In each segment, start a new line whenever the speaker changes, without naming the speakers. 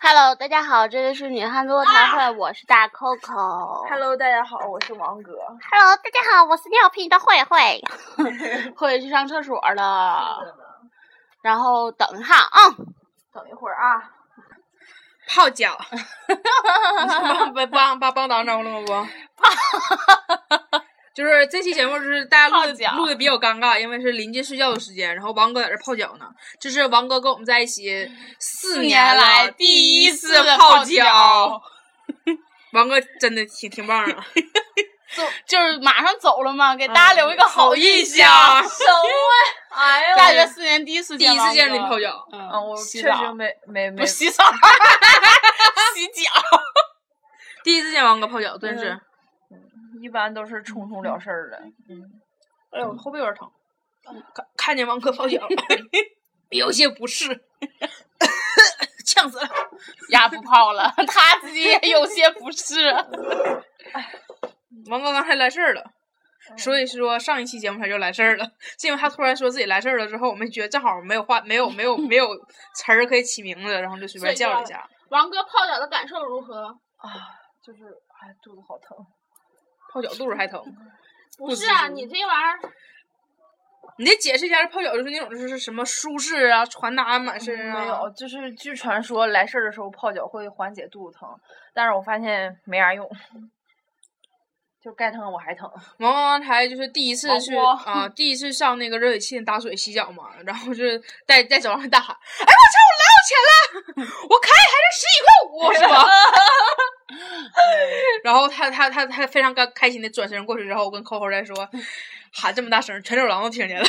Hello，大家好，这里是女汉子座谈会，我是大 Coco。
Hello，大家好，我是王哥。
Hello，大家好，我是尿频的慧慧。慧慧去上厕所了，然后等一下啊、
等一会儿啊，
泡脚， 帮帮帮帮挡着了吗？ 不，就是这期节目是大家录
泡脚
的录的比较尴尬，因为是临近睡觉的时间，然后王哥在这泡脚呢。这是王哥跟我们在一起四
年来
来
第
第
一次
次
泡脚
脚，王哥真的挺挺 棒啊！
就就是马上走了嘛，给大家留一个好印象。
嗯好印象
什么？哎
大学四年第一次
第一次见着你泡
脚，
脚，
嗯
嗯，我
洗
确
澡
实没没没
不洗澡，洗脚。
第一次见王哥泡脚，真是
嗯
一般都是匆匆了事儿的。嗯，
哎呦，后背有点疼。看看见王哥泡脚， 有些不适，呛死了。
呀，不泡了，他自己也有些不适。
王哥刚才来事儿了，所以说上一期节目他就来事儿了，是因为他突然说自己来事儿了之后，我们觉得正好没有话，没有没有没有词儿可以起名字，然后就随便
所以就
叫了一下。
王哥泡脚的感受如何？
啊，就是哎，肚子好疼。
泡脚肚子还疼，
不是啊，你这玩意儿
你得解释一下，泡脚就是那种就是什么舒适啊，传达满身啊。
嗯没有，就是据传说来事儿的时候泡脚会缓解肚子疼，但是我发现没啥用，就该疼我还疼。
王刚才就是第一次
王
去
波
啊、第一次上那个热水器打水洗脚嘛，然后就是在在走廊大喊：“哎，我操，我来有钱了！我开还是十一块五，是吧？” 然后他他他他非常开开心的转身过去，然后我跟 Coco 在说，喊这么大声，全走廊都听见了。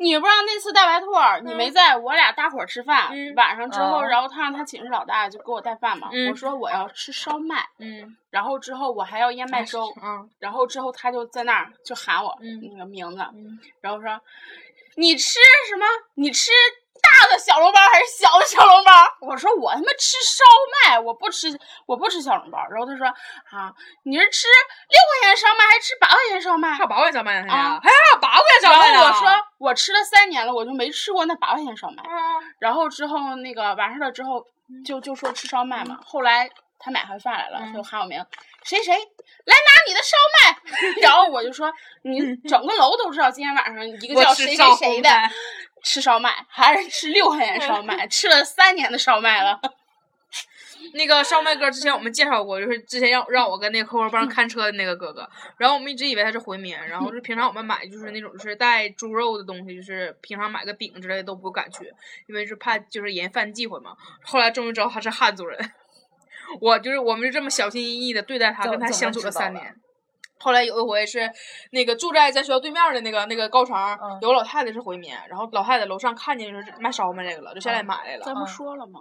你不知道那次带白兔儿，你没在，我俩大伙儿吃饭，
嗯
晚上之后，
哦
然后他让他寝室老大就给我带饭嘛，
嗯
我说我要吃烧麦，
嗯，
然后之后我还要燕麦粥，
啊，
然后之后他就在那儿就喊我、
嗯
那个名字，
嗯
然后说你吃什么？你吃大的小笼包还是小的小笼包？我说我他妈吃烧麦，我不吃我不吃小笼包。然后他说啊，你是吃六块钱烧麦还是吃八块钱烧麦
还？有八块钱卖呢，
啊
还有八块钱
然
卖呢。
后我说我吃了三年了，我就没吃过那八块钱烧麦。
啊，
然后之后那个完事儿了之后，
嗯
就就说吃烧麦嘛。后来他买回饭来了，他
嗯
就喊我名，谁谁来拿你的烧麦。 然后我就说，你整个楼都知道今天晚上一
嗯
个
我
叫
吃
谁谁
烧
谁
红
的
菜
吃烧麦，还是吃六块钱 烧麦，吃了三年的烧麦了。
嗯那个烧麦哥之前我们介绍过，就是之前让让我跟那个客户
嗯
帮看车的那个哥哥，然后我们一直以为他是回民，然后是平常我们买就是那种就是带猪肉的东西，就是平常买个饼之类的都不敢去，因为是怕就是人犯忌讳嘛。后来终于知道他是汉族人， 我就是我们就这么小心翼翼的对待他，
怎
跟他
怎么
相处
知
了
道
三
的
年。后来有一回是，那个住在咱学校对面儿的那个那个高层儿，
嗯
有个老太太是回民，然后老太太楼上看见就是卖烧麦这个了，就下来买来了。
咱不
嗯
说了吗？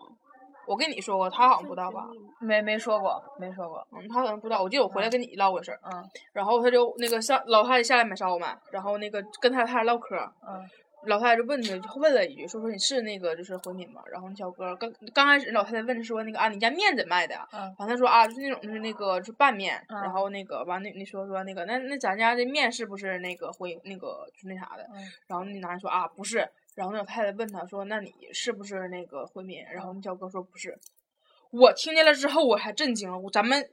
我跟你说过，她好像不知道吧？
没没说过，没说过。
嗯，他好像不知道，我记得我回来跟你唠过事儿，
嗯
然后他就那个上老太太下来买烧麦，然后那个跟他太太唠嗑儿，
嗯
老太太就问他，就问了一句，说说你是那个就是回民吗？然后那小哥刚刚开始老太太问说那个啊，你家面怎么卖的呀？
嗯
完他说啊，就是那种就是那个就是拌面，
嗯
然后那个完那你说说那个那那咱家这面是不是那个回那个就是那啥的？
嗯
然后那男人说啊不是，然后那老太太问他说那你是不是那个回民？然后那小哥说不是，我听见了之后我还震惊了，我咱们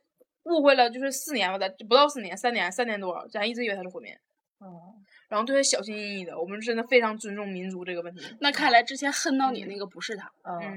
误会了就是四年吧，咱不到四年，三年三年多，咱一直以为他是回民，
嗯，
然后对他小心翼翼的，我们真的非常尊重民族这个问题。
那看来之前恨到你那个不是他，
嗯，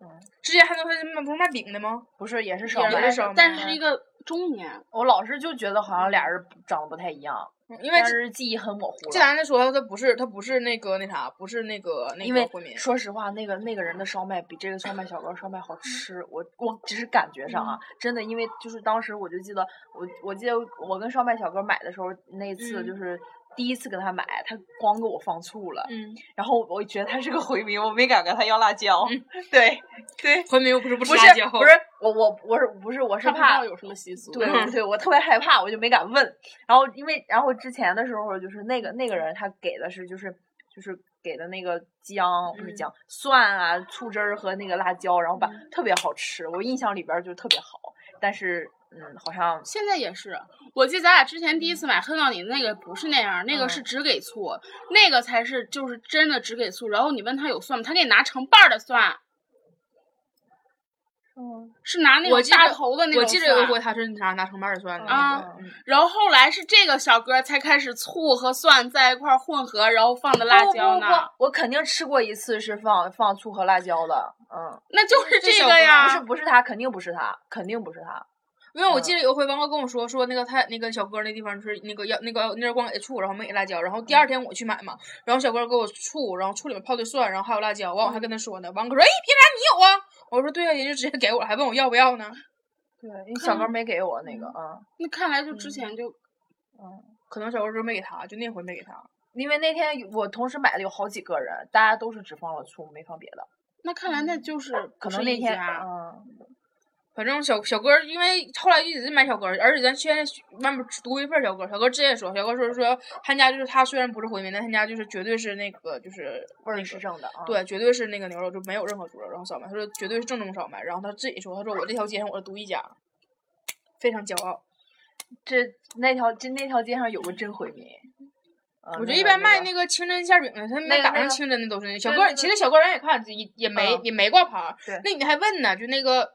嗯，之前还能他卖不是卖饼的吗？
不是，也是烧
也
麦
嗯是。烧麦
但是是一个中年，
我老是就觉得好像俩人长得不太一样，
嗯因为
但是记忆很模糊了。
这男的说他不是他不是那个那啥，不是那个那
因
个
为
回民。
说实话，那个那个人的烧麦比这个烧麦小哥烧麦好吃，我我只是感觉上啊，真的，因为就是当时我就记得，我我记得我跟烧麦小哥买的时候，那次
嗯
就是第一次跟他买，他光给我放醋了，
嗯，
然后我觉得他是个回民，我没敢跟他要辣椒，对对，
回民又不是不吃
不是
辣椒，
不是我我我是不是我是
他不知
怕
道有什么习俗。
对
嗯
对，我特别害怕，我就没敢问。然后因为然后之前的时候，就是那个那个人他给的是就是就是给的那个姜不是
嗯
姜蒜嗯啊醋汁儿和那个辣椒，然后把特别好吃，我印象里边儿就特别好。但是嗯，好像
现在也是，我记得咱俩之前
嗯
第一次买恨到你那个不是那样，那个是只给醋，那个才是就是真的只给醋。然后你问他有蒜吗？他给你拿成瓣儿的蒜，
嗯
是拿那
我
种
记
大
着
头的那种
我记得有一
蒜
回他是拿拿成瓣儿蒜的
啊
嗯
然后后来是这个小哥才开始醋和蒜在一块儿混合，然后放的辣椒呢，
不不不，我肯定吃过一次是放放醋和辣椒的，嗯，
那就是
这小
这
哥
个呀。
不是不是他，肯定不是他，肯定不是他，
因为我
嗯
记得有一回王哥跟我说，说那个他那个小哥那地方就是那个要那个那儿光给醋，然后没给辣椒，然后
嗯
第二天我去买嘛，然后小哥给我醋，然后醋里面泡的蒜，然后还有辣椒，完
嗯
我还跟他说呢，王哥说，哎，凭啥你有啊？我说对啊，人家直接给我了，还问我要不要呢？
对，因为小哥没给我那个，嗯，
那看来就之前就、
可能小哥说没给他，就那回没给他。
因为那天有我同时买的有好几个人，大家都是只放了醋，没放别的，
那看来那就是
可
不
能
是
那
一
天，
啊
家
嗯，
反正小小哥儿，因为后来就一直买小哥儿，而且咱现在慢慢独一份儿小哥儿。小哥儿之前也说，小哥儿说说他家就是他虽然不是回民，但他家就是绝对是那个就是
味
那
儿
个
是正的，嗯，
对，绝对是那个牛肉，就没有任何猪肉，然后烧麦，他说绝对是正宗烧麦。然后他自己说，他说我这条街上我是独一家，非常骄傲。
这那条这那条街上有个真回民，嗯
我
那
觉得一
个
般
那
卖
个
啊那个清真馅饼的，他
那
们
个
打
那
上
个
清真的都是那小
对
哥儿
对，
其实小哥儿咱也看也也没
嗯
也没挂牌儿
对，
那你还问呢，就那个。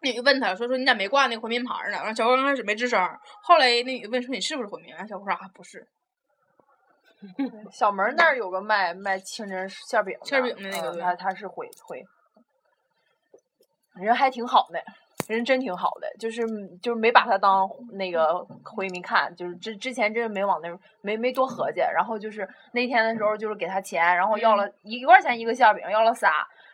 那女问他说：“说你咋没挂那个回民牌儿呢？”然后小哥儿刚开始没吱声儿，后来那女问说：“你是不是回民？”然后小哥儿说：“啊，不是。”
小门儿那儿有个卖卖清真馅饼
馅饼的那
嗯
个对
他他是回回，人还挺好的，人真挺好的，就是就是没把他当那个回民看，就是之之前真是没往那儿没没多合计，然后就是那天的时候就是给他钱，然后要
嗯
了一块钱一个馅饼，要了仨，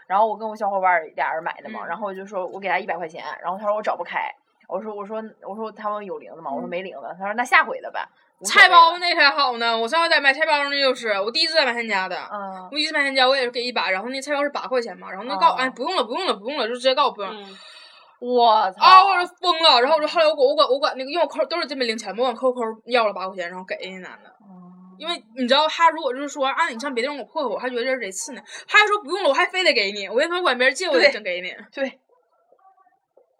然后我跟我小伙伴儿俩人买的嘛，
嗯
然后我就说我给他一百块钱，然后他说我找不开。我说我说我说他们有零的吗？我说没零的。他说那下回的呗。无所
嗯菜
谓
包
了嗯
那才好呢，我上回在买菜包那就是，我第一次在买他家的，
嗯，
我第一次买他家我也是给一百，然后那菜包是八块钱嘛，然后那告我
哦
哎不用了不用了不用了，就直接告我不用了。
嗯，
我操！
啊！我说疯了，然后我说后来我管我管我管那个，因为我扣都是这边零钱嘛，我管扣扣要了八块钱，然后给人家男的，
哦
嗯
因为你知道他如果就是说啊你上别地方给我破口，我还觉得这是贼次呢，他还说不用了，我还非得给你，我跟他管别人借我也
对
真给你，
对，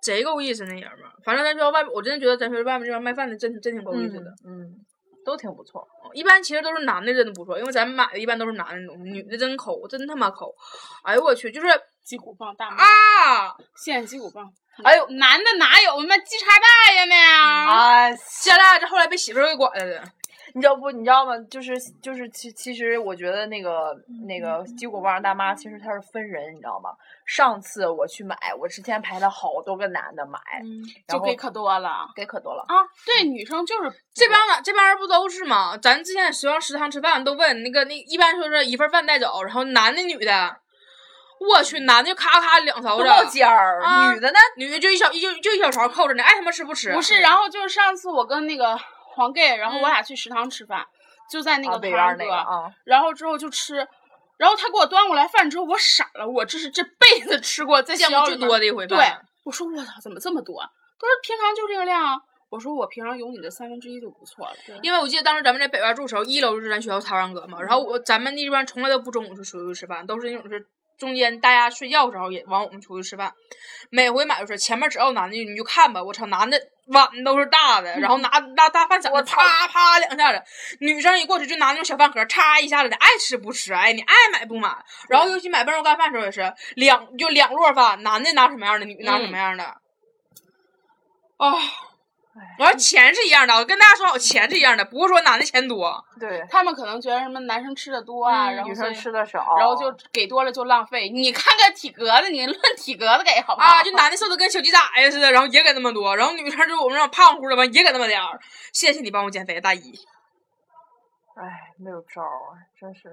贼够意思那爷们儿，反正咱说外面，我真的觉得咱说外面这边卖饭的真真挺够意思的，
嗯，都挺不错。
一般其实都是男的真的不错，因为咱买的一般都是男的东西，女的真抠，真他妈抠，哎呦我去，就是
鸡骨棒大妈，
啊，
现在鸡骨棒，
哎呦，
男的哪有那鸡叉大爷们呀？
啊，
现在这后来被媳妇儿给管了的，
你知道不？你知道吗？就是就是，其其实我觉得那个
嗯
那个鸡骨棒大妈，其实她是分人，你知道吗？上次我去买，我之前排了好多个男的买，然
就
后
给可多了
给可多了。
嗯啊！对，女生就是
这帮人这帮人不都是吗？咱之前在食堂食堂吃饭都问那个那一般说是一份饭带走，然后男的女的，我去男的就咔咔两勺
都
子，
到尖儿，
啊
女的呢？
女的就一小一就就一小勺扣着呢，爱他妈吃不吃。啊
不是，啊然后就是上次我跟那个黄 gay，然后我俩去食堂吃饭，就在那
啊
个
北
堂
边儿
哥，
那个啊，
然后之后就吃，然后他给我端过来饭之后，我傻了，我这是这辈子吃过在
见
学
过
校
最
里面
多的一回
对
饭。，
我说我操，怎么这么多啊？他说平常就这个量啊。我说我平常有你的三分之一就不错了。
因为我记得当时咱们在北边住的时候，一楼就是咱学校朝阳阁嘛，然后我咱们那边从来都不中午去出去吃饭，都是那种是中间大家睡觉的时候也往我们出去吃饭。每回买就是前面只要有男的你就看吧，我操，男的碗都是大的，然后拿拿大饭
我
铲子
操
啪啪两下子，女生一过去就拿那种小饭盒嚓一下子，爱吃不吃，哎，你爱买不买。然后尤其买拌肉盖饭的时候也是两就两摞饭，男的拿什么样的，女的拿什么样的。啊、我说钱是一样的，我跟大家说好，钱是一样的，不是说男的钱多。
对，
他们可能觉得什么男生吃的多啊，
嗯
然后
女
所
生
以
吃的少，
然后就给多了就浪费。你看看体格子，你论体格子给好不好？
啊，就男的瘦的跟小鸡仔似的，然后也给那么多，然后女生就我们这种胖乎的吧，也给那么点儿。谢谢你帮我减肥，大姨。
哎，没有招儿，真 是。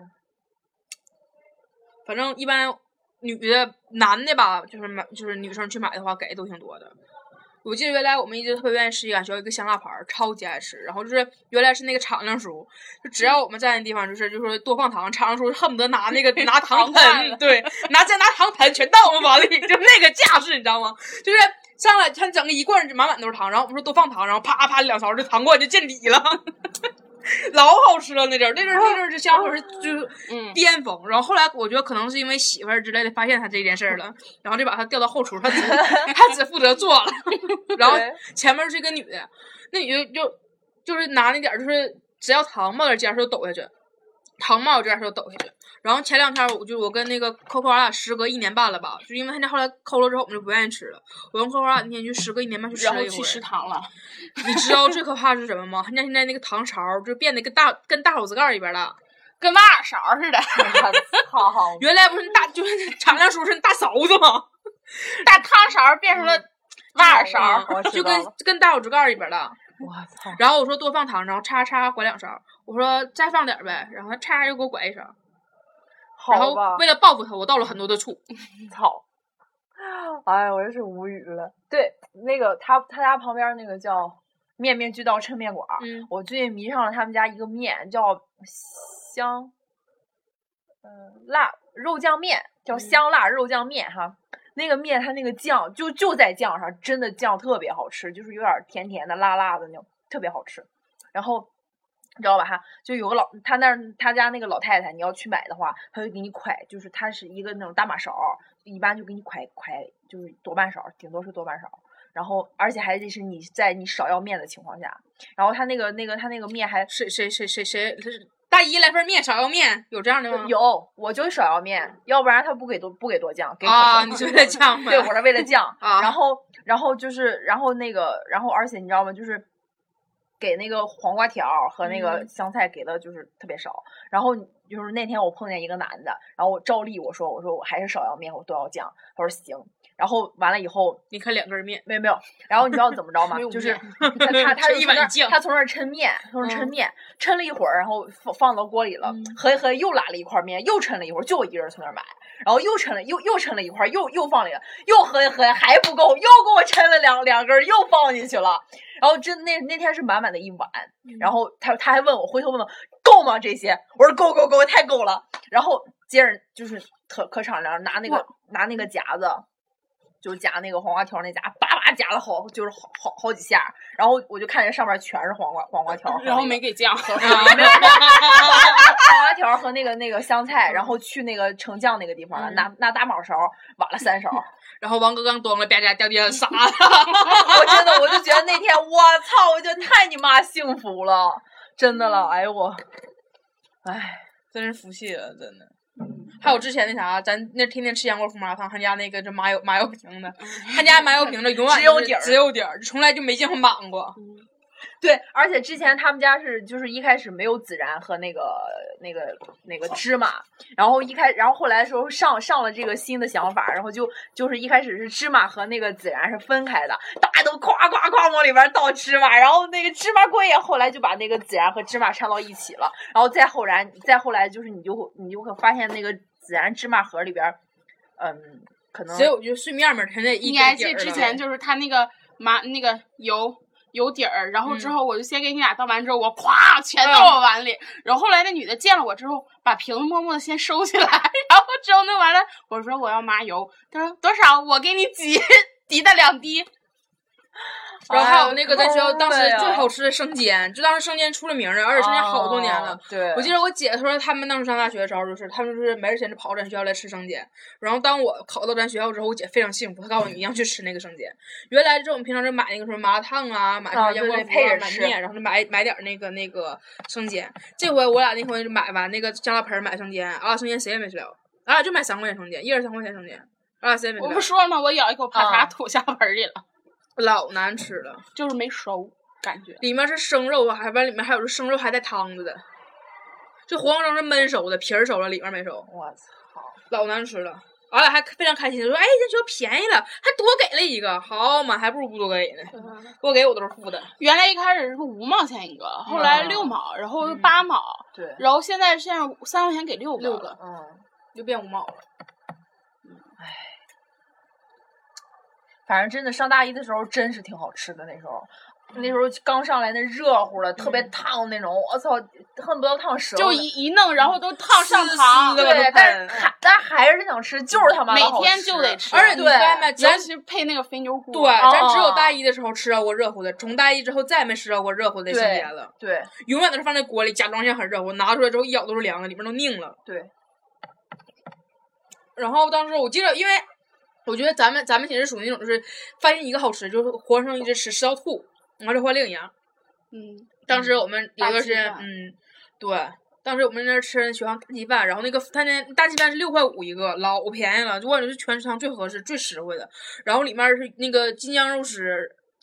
反正一般女的、男的吧，就是买就是女生去买的话，给的都挺多的。我记得原来我们一直特别愿意吃一感学校一个香辣盘儿，超级爱吃。然后就是原来是那个厂长叔，就只要我们在那地方，就是就说多放糖，厂长叔恨不得拿那个拿糖
糖罐
盆，对，拿再拿糖盆全倒我们碗里，就那个架势，你知道吗？就是上来他整个一罐儿满满都是糖，然后我们说多放糖，然后啪啪两勺这糖罐就见底了。 老好吃了那阵儿，那阵儿那阵儿这家伙是就是
啊嗯
巅峰。然后后来我觉得可能是因为媳妇儿之类的发现他这件事儿了，然后就把他调到后厨，他 只他只负责做了，然后
对
前面是一个女的，那女的就就是拿那点儿就是只要糖吧，搁尖儿就抖下去，糖吧我这边儿就抖下去。然后前两天我就我跟那个 Coco 俺俩时隔一年半了吧，就因为他那后来抠了之后我们就不愿意吃了。我跟 Coco 俺俩那天就时隔一年半去吃
然
了
后
一
去
回。
食堂了，
你知道最可怕是什么吗？他家现在那个糖勺儿就变得跟大跟大手指盖儿一边儿了。
跟挖耳勺似的，
好好，
原来不是那大就是那产量说是那大勺子吗？
大汤勺变成了挖耳勺。
嗯我知
就
道
跟
了
跟大手指盖儿一边儿了。
我操，
然后我说多放糖，然后叉叉拐两勺儿，我说再放点儿呗，然后叉又给我拐一勺儿。然
好
后
吧
为，了报复他，我倒了很多的醋。
操。哎呀，我真是无语了。对，那个他他家旁边那个叫面面俱到抻面馆儿，
嗯，
我最近迷上了他们家一个面，叫香，嗯、辣肉酱面，叫
嗯
香辣肉酱面哈。那个面它那个酱就就在酱上，真的酱特别好吃，就是有点儿甜甜的、辣辣的那种，特别好吃。然后你知道吧哈，就有个老他那儿他家那个老太太，你要去买的话，他就给你蒯，就是他是一个那种大马勺儿，一般就给你蒯蒯，就是多半勺儿，顶多是多半勺儿。然后，而且还得是你在你少要面的情况下，然后他那个那个他那个面还
谁谁谁谁谁，他是大姨来份面，少要面，有这样的吗？
有，我就少要面，要不然他不给多不给多酱，给口
啊，
头
你是为了酱吗？
对，我是为了酱。
啊
然后，然后就是，然后那个，然后而且你知道吗？就是给那个黄瓜条儿和那个
嗯
香菜给的就是特别少。然后就是那天我碰见一个男的，然后我照例我说我说我还是少要面，我都要酱。他说行。然后完了以后，
你看两根面，
没有没有，然后你知道怎么 着吗
没有？
就是
面
他他他
吃
就
一
从
碗
那儿
酱
他从那儿抻面，从那儿抻
嗯
面，抻了一会儿，然后放放到锅里了
嗯，
合一合一又拉了一块面，又抻了一会儿，就我一个人从那儿买，然后又抻了又又抻了一块，又又放里了，又合一合一还不够，又给我抻了两两根儿，又放进去了，然后真那那天是满满的一碗，
嗯
然后他他还问我，回头问我够吗这些，我说够够够，太够了，然后接着就是可可敞亮拿那个拿那个夹子。就是夹那个黄瓜条儿那夹，叭叭夹了好，就是好好好几下，然后我就看见上面全是黄瓜黄瓜条儿和那个，
然后没给
啊
酱，
黄瓜条儿和那个那个香 菜，然后去那个盛酱那个地方了，
嗯
拿拿大卯勺儿挖了三勺儿，
然后王哥刚端了，吧唧掉地上撒了。
我真的我就觉得那天我操，我就太你妈幸福了，真的了，哎呦我，哎，
真是服气啊了，真的。还有之前那啥，咱那天天吃杨国福麻辣烫，他家那个就麻油麻油瓶的，他家麻油瓶的永远
只有
就是
底儿
只有底儿，从来就没见过满过。
对，而且之前他们家是就是一开始没有孜然和那个那个那个芝麻，然后一开然后后来的时候上上了这个新的想法，然后就就是一开始是芝麻和那个孜然是分开的，大家都夸夸夸往里边倒芝麻，然后那个芝麻锅也后来就把那个孜然和芝麻掺到一起了，然后再后来再后来就是你就会你就会发现那个孜然芝麻盒里边，嗯，可能
所以我觉得碎面面它那一
你
根
还
底
记
儿
得之
了
前就是他那个麻那个油油底儿，然后之
嗯
后我就先给你俩倒完之后，我咵全倒我碗里，然后后来那女的见了我之后，把瓶子默默的先收起来， 然后之后弄完了，我说我要麻油，她说多少，我给你挤 滴的两滴，
然后还有
哎
那个咱学校当时
坑了呀
最好吃的生煎，就当时生煎出了名儿的，而且生煎好多年了
啊。对，
我记得我姐她说，她们当时上大学的时候，就是她们就是没事闲就跑咱学校来吃生煎。然后当我考到咱学校之后，我姐非常幸福，她告诉我你一定要去吃那个生煎。原来就是我们平常就买那个什么麻辣烫啊，买什
啊
么
对
杨国
对
福
配
啊
着
买
吃
面，然后就买买点儿那个那个生煎。这回我俩那回就买完那个酱辣盆儿买生煎，俺俩生煎谁也没吃了，俺俩就买三块钱生煎，一人三块钱生煎，俺俩谁也没
我
吃
不
了，
说了吗？我咬一口，
嗯
啪
啊
嚓吐下盆里了，
老难吃了。
就是没熟感觉。
里面是生肉啊，还完里面还有是生肉还带汤子的，这黄瓜蒸是焖熟的，皮儿熟了，里面没熟，
我操。
老难吃了。俺俩还非常开心，说哎，这学校便宜了，还多给了一个，好嘛，还不如不多给呢，多给我都是负的。
原来一开始是五毛钱一个，后来
嗯
六毛，然后又
嗯
八毛，
对，
然后现在现在三块钱给六个，
六个
嗯，
就变五毛了。
反正真的上大一的时候真是挺好吃的，那时候那
嗯
时候刚上来那热乎的，特别烫那种，我操，恨不得烫舌头
就
了。
一一弄，然后都烫上
丝
膛
丝的，
对，但
喷
是还但是还是想吃，就是他妈的
嗯每
好
天就得吃
而且你
对
发现没，
尤
咱
其是配那个肥牛啊锅。
对，咱只有
哦
大一的时候吃到过热乎的，从大一之后再也没吃到过热乎的
对
香烟了，
对
永远都是放在锅里，假装一下很热乎，拿出来之后一咬都是凉的，里面都拧了。
对，
然后当时我记得，因为我觉得咱们咱们寝室属于那种就是发现一个好吃，就是活生生一直吃吃到吐，然后就换另一样。
嗯，
当时我们有一
大
个
鸡
是
饭
嗯，对。当时我们那儿吃学校大鸡饭，然后那个他那大鸡饭是六块五一个，老便宜了，就我感觉是全食堂最合适、最实惠的。然后里面是那个金酱肉丝，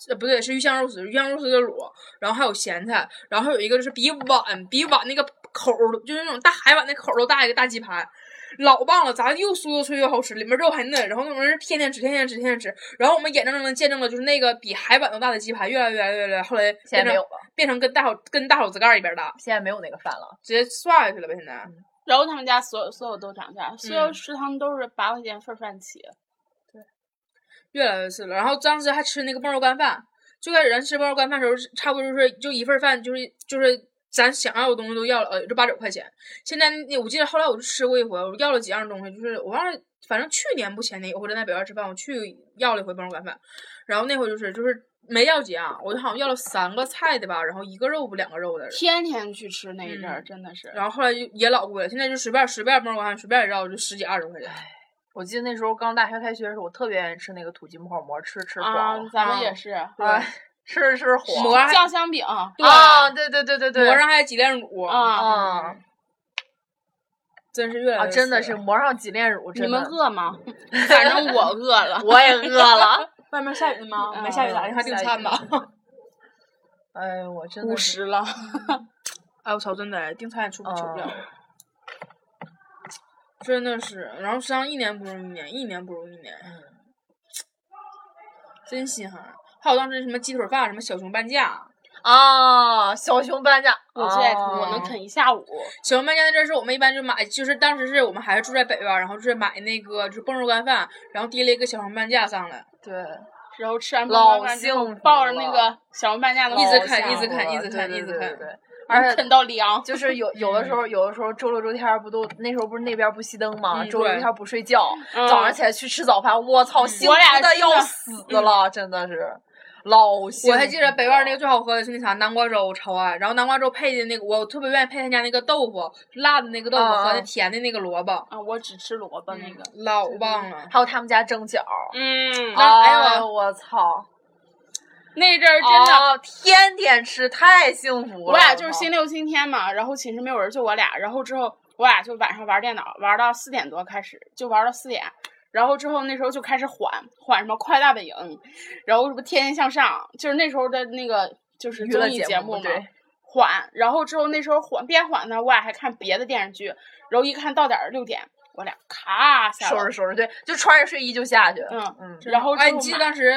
呃，不对，是鱼香肉丝，鱼香肉丝的卤，然后还有咸菜，然后有一个就是比碗比碗那个口儿都，就是那种大海碗那口儿都大一个大鸡排，老棒了，咱又酥又脆又好吃，里面肉还嫩，然后那种人是天天吃，天天吃，天天吃，然后我们眼睁睁的见证了就是那个比海碗都大的鸡排越来越来越来，后来
现在
变
没有
成
了，
变成跟大手跟大手指盖儿一边大，
现在没有那个饭了。
直接刷下去了呗，现在。
然后他们家所有所有都涨价，所有
嗯
食堂都是八块钱份儿饭起。
越来越次了。然后当时还吃那个焖肉干饭，最开始咱吃焖肉干饭的时候是，差不多就是就一份饭，就是就是咱想要的东西都要了，呃，就八九块钱。现在那我记得后来我就吃过一回，我要了几样东西，就是我忘了，反正去年不前年有回来在北院吃饭，我去要了一回焖肉干饭，然后那回就是就是。没要几样，我就好像要了三个菜的吧，然后一个肉不两个肉的，
天天去吃那一阵儿，
嗯
真的是。
然后后来就也老贵了，现在就随便随便焖肉干饭随便要就十几二十块钱。
我记得那时候刚大学开学的时候，我特别愿意吃那个土鸡木烤馍，吃吃黄
啊
了，，
咱们
啊
也是。嗯
哎吃吃黄
馍还
了。
酱香饼，
对
啊，对对对对对，
馍上还有几炼乳，
啊，
啊
真是越来
啊，
越
真的
次
是
了
馍上挤炼乳，
你
真
们
的。
饿吗？ 反正我饿了。
我也饿了，
外面下雨
啊
吗？没
嗯
下雨，打电话订餐吧。
哎呦，我真
五
的是
十了，
哎，我操，真的订餐也出不求不了
嗯，
真的是。然后实际上一年不如一年，一年不如一年，嗯真心寒。还有当时什么鸡腿饭，什么小熊半价，
啊，小熊搬家，
我最爱啃，
啊
我能啃一下午。
小熊半价那阵儿是我们一般就买，就是当时是我们还是住在北边儿，然后是买那个就是蹦肉干饭，然后提了一个小熊半价上来，
对，
然后吃完
老
棒棒饭之后
幸福
抱着那
了
个小熊半价的
一直
老
啃
香
一直啃一直
对
啃
对
一直嗯
对对对
啃
对，
能
而且
啃到凉。
就是有有的时候，有的时候周六周天儿不都那时候不是那边儿不熄灯吗？
嗯
周六
对嗯
周天儿不睡觉，
嗯
早上起来去吃早饭，我操，幸
我俩
福的
是的
要死了，真的是老幸福
我
了。
还记得北院儿那个最好喝的是那啥南瓜粥，我超爱。然后南瓜粥配的那个，我特别愿意配他家那个豆腐，辣的那个豆腐
啊
和
哦
啊
那甜的那个萝卜，嗯
啊，我只吃萝卜那个。
老棒了。
还有他们家蒸饺儿，
嗯
那哎
哎
呦
呦我操，
那阵儿真的，
哦天天吃太幸福了。
我俩就是星
里
期六、星期天嘛，然后寝室没有人，就我俩。然后之后我俩就晚上玩电脑，玩到四点多开始，就玩到四点。然后之后那时候就开始缓缓什么快大本营，然后什么天天向上，就是那时候的那个就是
娱
综
乐
艺
节
节
目
目嘛
对。
缓，然后之后那时候缓边缓呢，我俩还看别的电视剧，然后一看到点儿六点，我俩咔下
收
楼
拾，收拾，对，就穿着睡衣就下去。
嗯
嗯，
然后之
哎，
后
你记得
买
当时，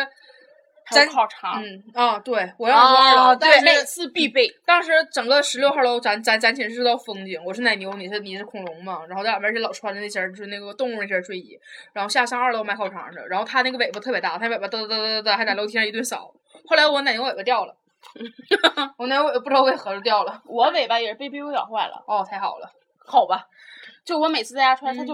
还有
咱
烤哦肠，
嗯啊，对，我要说二楼，
啊
但
对
是
每次必备。
当时整个十六号楼，咱咱咱寝室都风景，我是奶牛，你是你是恐龙嘛，然后咱俩边是老穿的那身儿就是那个动物那身儿睡衣，然后下上二楼买烤肠去，然后他那个尾巴特别大，他尾巴嘚嘚嘚嘚嘚还在楼梯上一顿扫，后来我奶牛尾 巴掉了，我奶牛尾巴不知道为何就掉了，
我尾巴也是被 BB 咬坏了，
哦，太好了，
好吧，
就我每次在家出来，它
嗯
就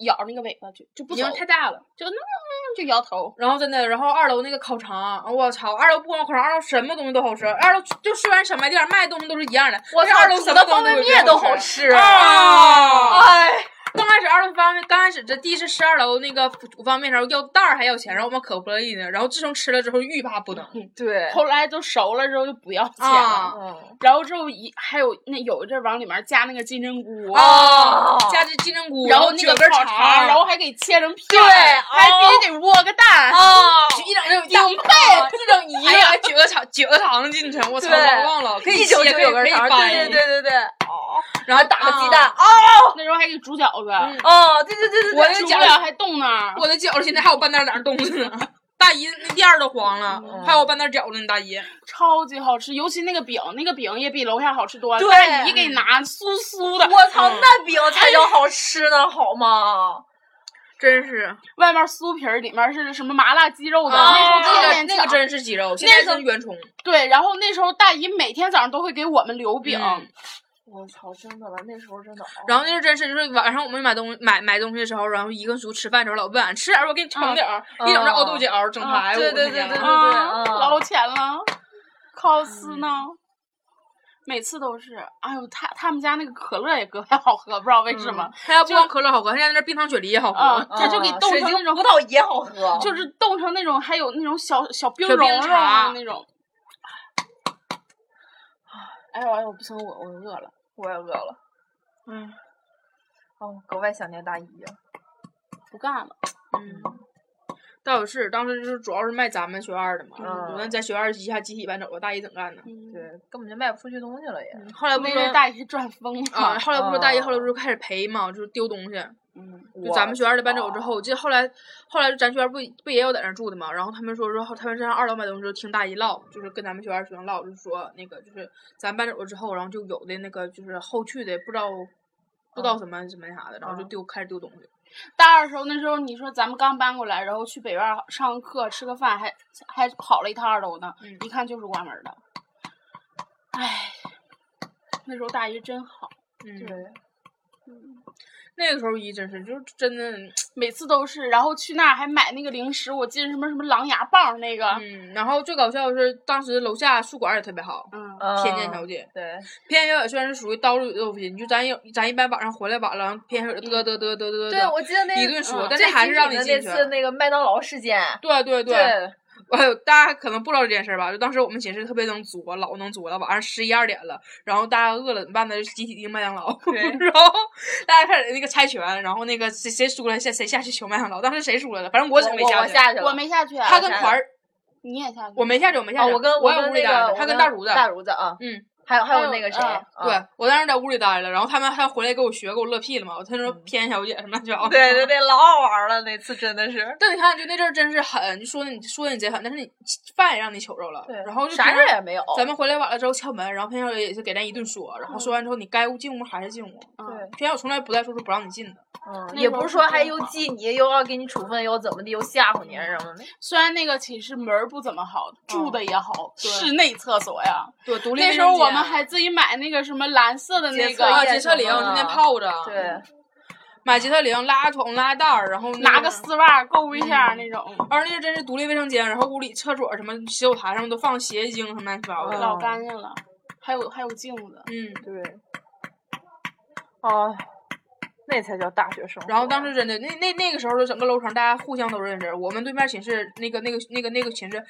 咬那个尾巴，就就不
已
走
经，太大了。
就那就摇头。
然后真的，然后二楼那个烤肠，我操，二楼不光烤肠，二楼什么东西都好吃。二楼就虽然小卖店卖的东西都是一样的，
我
但是
操
二楼
煮
什么
的
东
方
西
便
有
面都好
好。
吃
啊
哎，
刚开始二楼方便，刚开始这第一次吃二楼那个煮方便面的时候要袋儿还要钱，然后我们可不乐意呢。然后自从吃了之后欲罢不能。
对，
后来都熟了之后就不要钱
啊
了，
嗯
然后之后一还有那有一阵儿往里面加那个金针菇，
啊
加这金针菇，
然后那
卷
个
根
烤肠，
肠，
然后还给切成片
对
儿，还必须得窝个蛋，
啊，
一整就
顶配。
一整一个，还卷个肠，卷个肠进去，我操，
对
我忘了，可以
一
切，
九
可以
九九
可
根
以
肠，
掰，
啊对对对对对，哦
然后
打个鸡蛋，
啊
啊，
那时候还给煮饺子，
哦，对对对对对，
我那个
煮
饺
了
子还冻那儿。
我的饺子现在还有半袋儿在那儿冻着呢。大姨那店儿都黄了，还有半袋儿饺子呢。大姨，
超级好吃，尤其那个饼，那个饼也比楼下好吃多了。
对
大姨给拿酥酥的，
我操，
嗯
那饼才叫好吃呢，好吗？
真是
外面酥皮儿，里面是什么麻辣鸡肉的。
啊
那时候特
那
别
个那个
抢
真是鸡肉，现在
那个
是圆葱。
对，然后那时候大姨每天早上都会给我们留饼，啊
嗯
我操，真的了，那时候真的。哦
然后那是真是，就是晚上我们买东买买东西的时候，然后一个叔吃饭的时候老问吃点儿吧，我给你
嗯
盛点儿，一整是熬豆角、整
啊
排，
对
我
对
的
对
天
对
呐
啊，
嗯
捞钱了，靠斯呢。每次都是，哎呦，他他们家那个可乐也格外好喝，不知道为什么，
他家不光可乐好喝，他家那冰糖雪梨也好
啊
喝，，
他就给
嗯
冻
水
成
晶
那种
葡萄也好喝，
就是冻成那种，还有那种小小冰
小
融
冰
融
茶
那种。哎呦哎呦，不行，我我饿了。
我也饿了，
嗯，
哦，格外想念大姨啊呀。
不干了。
嗯，倒也是，当时就是主要是卖咱们学院的嘛，
嗯
我们在学院一下集体搬走了，大一整干的。
嗯，
对，根本就卖不出去东西了也。
后来不
没
是
人大姨赚疯
啊，
了。
后来不是大一，后来
哦
不是开始赔嘛，就是丢东西。
嗯，
就咱们学院的搬走
哦
之后，我记得后来，后来咱学院不不也有在那儿住的嘛？然后他们说说，他们上二楼买东西的时候听大姨唠，就是跟咱们学院学生唠，就是说那个就是咱搬走了之后，然后就有的那个就是后去的不知道不知道什么什么那啥的，然后就
嗯
丢开始丢东西。
大二时候那时候你说咱们刚搬过来，然后去北院儿上课吃个饭，还还跑了一趟二楼呢，
嗯
一看就是关门的。唉，那时候大姨真好，
对，
嗯，那个时候一真是就是真的，
每次都是，然后去那儿还买那个零食，我记得什么什么狼牙棒儿那个，
嗯。然后最搞笑的是，当时楼下宿管也特别好，
嗯
天津小
嗯
姐。
对，
偏小姐虽然是属于刀里有豆腐心，就咱有咱一般晚上回来晚了，然后偏小姐嘚嘚嘚嘚嘚嘚，
对，我记得那
一顿说
嗯
但
最
是还
经
是让
典的
你进
那
去
次那个麦当劳事件，
对对对，
对，
呃，大家可能不知道这件事儿吧，就当时我们寝室特别能作，老能作了，晚上十一二点了，然后大家饿了怎么办呢？就集体订麦当劳， 然后大家开始那个猜拳，然后那个谁谁输了下谁下去求麦当劳，当时谁输了，反正我
我
是没
我
下
我
去，
下去了，
我没下去，
他跟
下
团儿，
你也下去，
我没下去，我没
啊，
下去，
我跟
我
跟
屋里
那
待着
个，
他
我
跟大厨子，
大厨子啊，
嗯，
还有还
还
有
有
那个谁，
嗯
啊
对我当时在屋里待着，然后他们还回来给我学，给我乐屁了嘛，他说偏小姐什么乱七八糟，
嗯对对 对，老好玩了，那次真的是，
但你看，就那阵儿真是狠，就说你说你贼狠，但是你饭也让你求着了，然后就
啥
平
事儿
常
也没有，
咱们回来晚了之后敲门，然后偏小姐也是给咱一顿说，然后说完之后你该进屋还是进屋。
嗯，
偏小姐从来不再说是不让你进的，
嗯，
那
也
会
不
儿
是说
是
还
真
又
好
记你，又要给你处分，又怎么的，又吓唬你什么的，
虽然那个寝室门儿不怎么好，住的也好，
嗯对
室内厕所呀。
对，独立
那
卫
时候
生间
我们还自己买那个什么蓝色的那
洁厕
啊
个，
液
洁厕灵
什么的
天天泡着，，
对，
买洁厕灵、垃圾桶、垃圾袋儿，然后
拿个
丝。
丝袜儿够一下
嗯
那种，
而那真是独立卫生间，然后屋里厕所什么洗手台上面都放洗洁精什么乱七八糟的。
老干净了。还有还有镜子，
嗯，
对，哦，那才叫大学生活。
然后当时真的，那那那个时候的整个楼层，大家互相都认识。我们对面寝室那个那个那个那个寝室，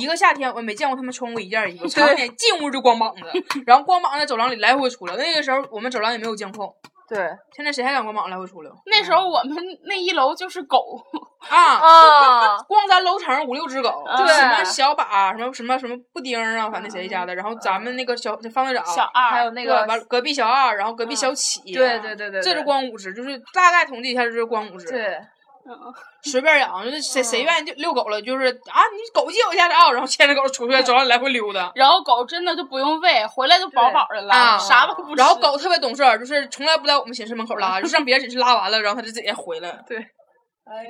一个夏天我没见过他们穿过一件衣 服，常年进屋就光膀子，然后光膀子在走廊里来回出溜。那个时候我们走廊也没有监控，
对
现在谁还敢光膀子来回出溜
那时候我们那一楼就是狗，
啊？
啊，
光咱楼层五六只狗，
对
就什么小把，什么什么什么布丁儿啊，反正谁家的。然后咱们那个小方队长，
小二，
还有那个
对完隔壁小二，然后隔壁小启，
嗯
啊
对对对对，
这是
对
光五只，就是大概统计一下就是光五只。
对
嗯
随便养，就是谁谁愿意就遛狗了，就是啊，你狗借我一下子啊，然后牵着狗出去，走上来回溜达。
然后狗真的就不用喂，回来就饱饱的
啊
了，啥都不吃。
然后狗特别懂事儿，就是从来不在我们寝室门口拉，就上别人寝室拉完了，然后它就自己回 来。哎
对，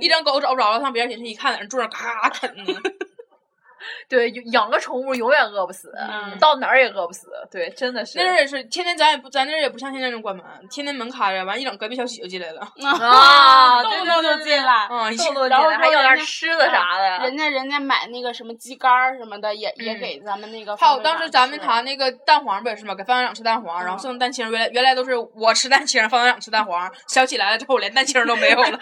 一张狗找不着了，上别人寝室一看，在那坐着咔咔啃呢。
对，有养个宠物永远饿不死，
嗯
到哪儿也饿不死。对，真的是
那阵儿也是，天天咱也不，咱那阵儿也不像现在那种关门，天天门开着，完一整隔壁小喜就进来 了。
啊， 对
动不动就进来，
嗯，一
动不动进
然后
来还
说
要
人
点
家
吃的啥的。
人家人家买那个什么鸡肝儿什么的，也也
嗯
给咱们那个
还有
方队长
当
吃。
时咱们团那嗯个蛋黄不也是吗？给范队长吃蛋黄，然后剩蛋清。原来原来都是我吃蛋清，范队长吃蛋黄。小起来了之后，我连蛋清都没有了。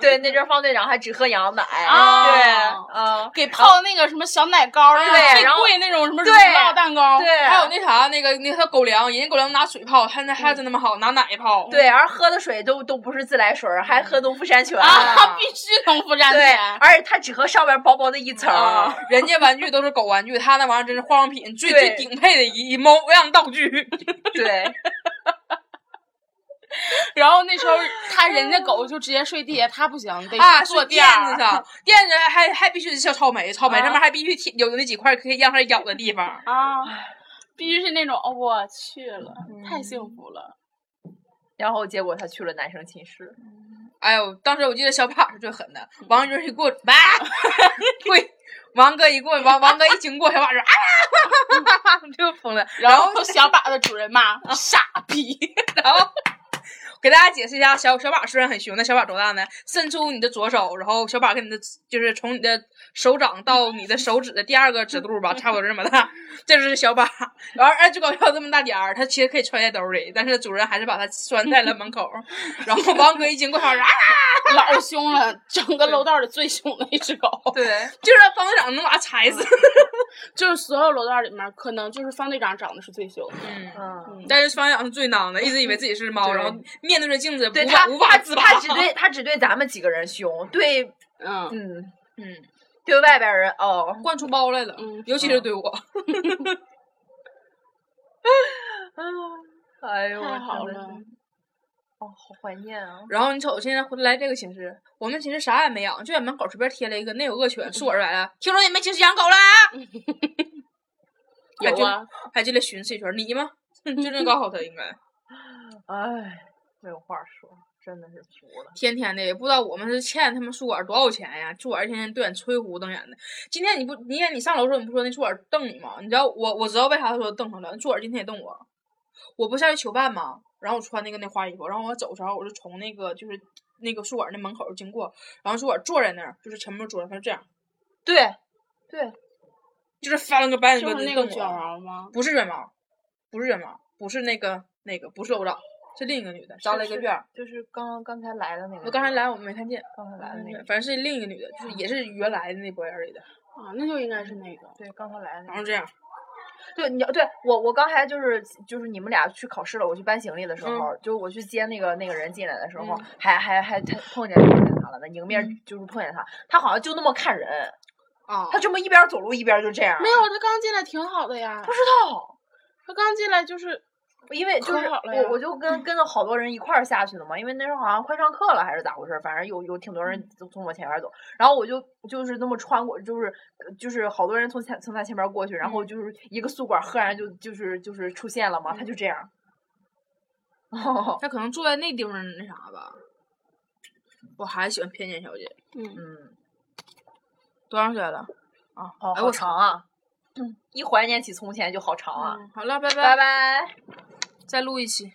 对，那阵儿方队长还只喝羊奶，
啊
对，啊，
给泡那个什么小奶糕，
对
最
然后
贵那种什么乳
对
酪蛋糕，啊
对，
还有那啥，那个那个他狗粮，人家狗粮拿水泡，他那还真他妈好，拿奶泡。，啊
对，而喝的水都都不是自来水儿，还喝农夫山泉。
啊，必须农夫山
对，啊
泉。
而且它只喝上面薄薄的一层儿。
啊，人家玩具都是狗玩具，他那玩意儿真是化妆品最
对
最顶配的一一某样道具。
对，
然后那时候他人家狗就直接睡地下，他不行，得
啊，
坐
坐
垫
垫
儿
子。上，垫子还还必须得叫草莓，草莓
啊
上面还必须贴有那几块可以让它咬的地方。
啊，必须是那种，哦，我去了，太幸福了。
然后结果他去了男生寝室，
哎呦，当时我记得小跑是最狠的，王军一过，哇， 跪，王哥一过，王王哥一经过，小跑就啊， 就疯 了。
然后小把的主人 骂傻逼，
然后给大家解释一下，小小把虽然很凶，但小把多大呢？伸出你的左手，然后小把跟你的就是从你的手掌到你的手指的第二个指肚吧，差不多这么大， 这就是小把。然后哎，最搞笑这么大点儿，他其实可以揣在兜里，但是主人还是把它拴在了门口。 然后王哥一经过，小把啊，
老凶了，整个楼道里最凶的一 只狗。
对， 就是方队长能把他踩死。
就是所有楼道里面，可能就是方队长长得是最凶的。
嗯。
嗯，
嗯，
但是方队长是最孬的，一直以为自己是猫，
对
然后面对着镜子，
对
无
他
法无法
他
自拔。
他 只对他只对咱们几个人凶，对，
嗯，
嗯，
嗯，
对外边人哦，
惯出包来了，
嗯
尤其是对我。
哎呦，
太好
真的
了
是，哦，好怀念啊，
然后你瞅，现在回来这个寝室，我们寝室啥也没养，就在门口随便贴了一个“内有恶 犬，是我来了”。听说你们寝室养狗了啊？还
有
进
啊，
还进来巡视一圈，你吗？ 就那搞好他应该，
哎，没有话说，真的是服了。
天天的也不知道我们是欠他们宿管多少钱呀！宿管天天对俺吹胡瞪眼的。今天你不，今天你上楼的时候你不说那宿管瞪你吗？你知道我我知道为啥他说瞪他了，宿管今天也瞪我。我不下去求办吗？然后我穿那个那花衣服，然后我走的时候我就从那个就是那个宿管那门口经过，然后宿管坐在那儿，就是前面桌上他这样。
对，对，
就是翻了个白眼
就
哥
是那个啊卷毛吗？
不是卷毛，不是卷毛，不是那个那个，不是楼长，是另一个女的，扎了一个辫儿。
就是刚刚才来的那个人。
我刚才来我没看见，
刚才来的那个人，
嗯反正是另一个女的，就是也是原来的那波人里的，
啊，那就应该是那个。
对，刚才来的那
然
个
后
人。
这样，
对，你要对我，我刚才就是就是你们俩去考试了，我去搬行李的时候，就我去接那个那个人进来的时候，
嗯
还还还碰碰见碰见他了呢，迎面就是碰见他，他好像就那么看人，
哦
啊
他这么一边走路一边就这样，
没有，他刚进来挺好的呀
不，知道。
他刚进来就是
因为就
可
是
好了呀嗯
我，我就跟跟着好多人一块儿下去的嘛，因为那时候好像快上课了还是咋回事儿，反正有有挺多
嗯
人从从我前面走，然后我就就是那么穿过，就是就是好多人从前从他前面过去，然
嗯
后就是一个宿管赫然就就是就是出现了嘛，他就这样。哦，
她可能坐在那地方那啥吧。我还是喜欢偏见小姐，
嗯，
嗯，
多长时间了？啊，
好
哎
好
我
长啊，一怀念起从前就好长啊，
嗯好了，拜
拜
拜，
拜。
再录一期。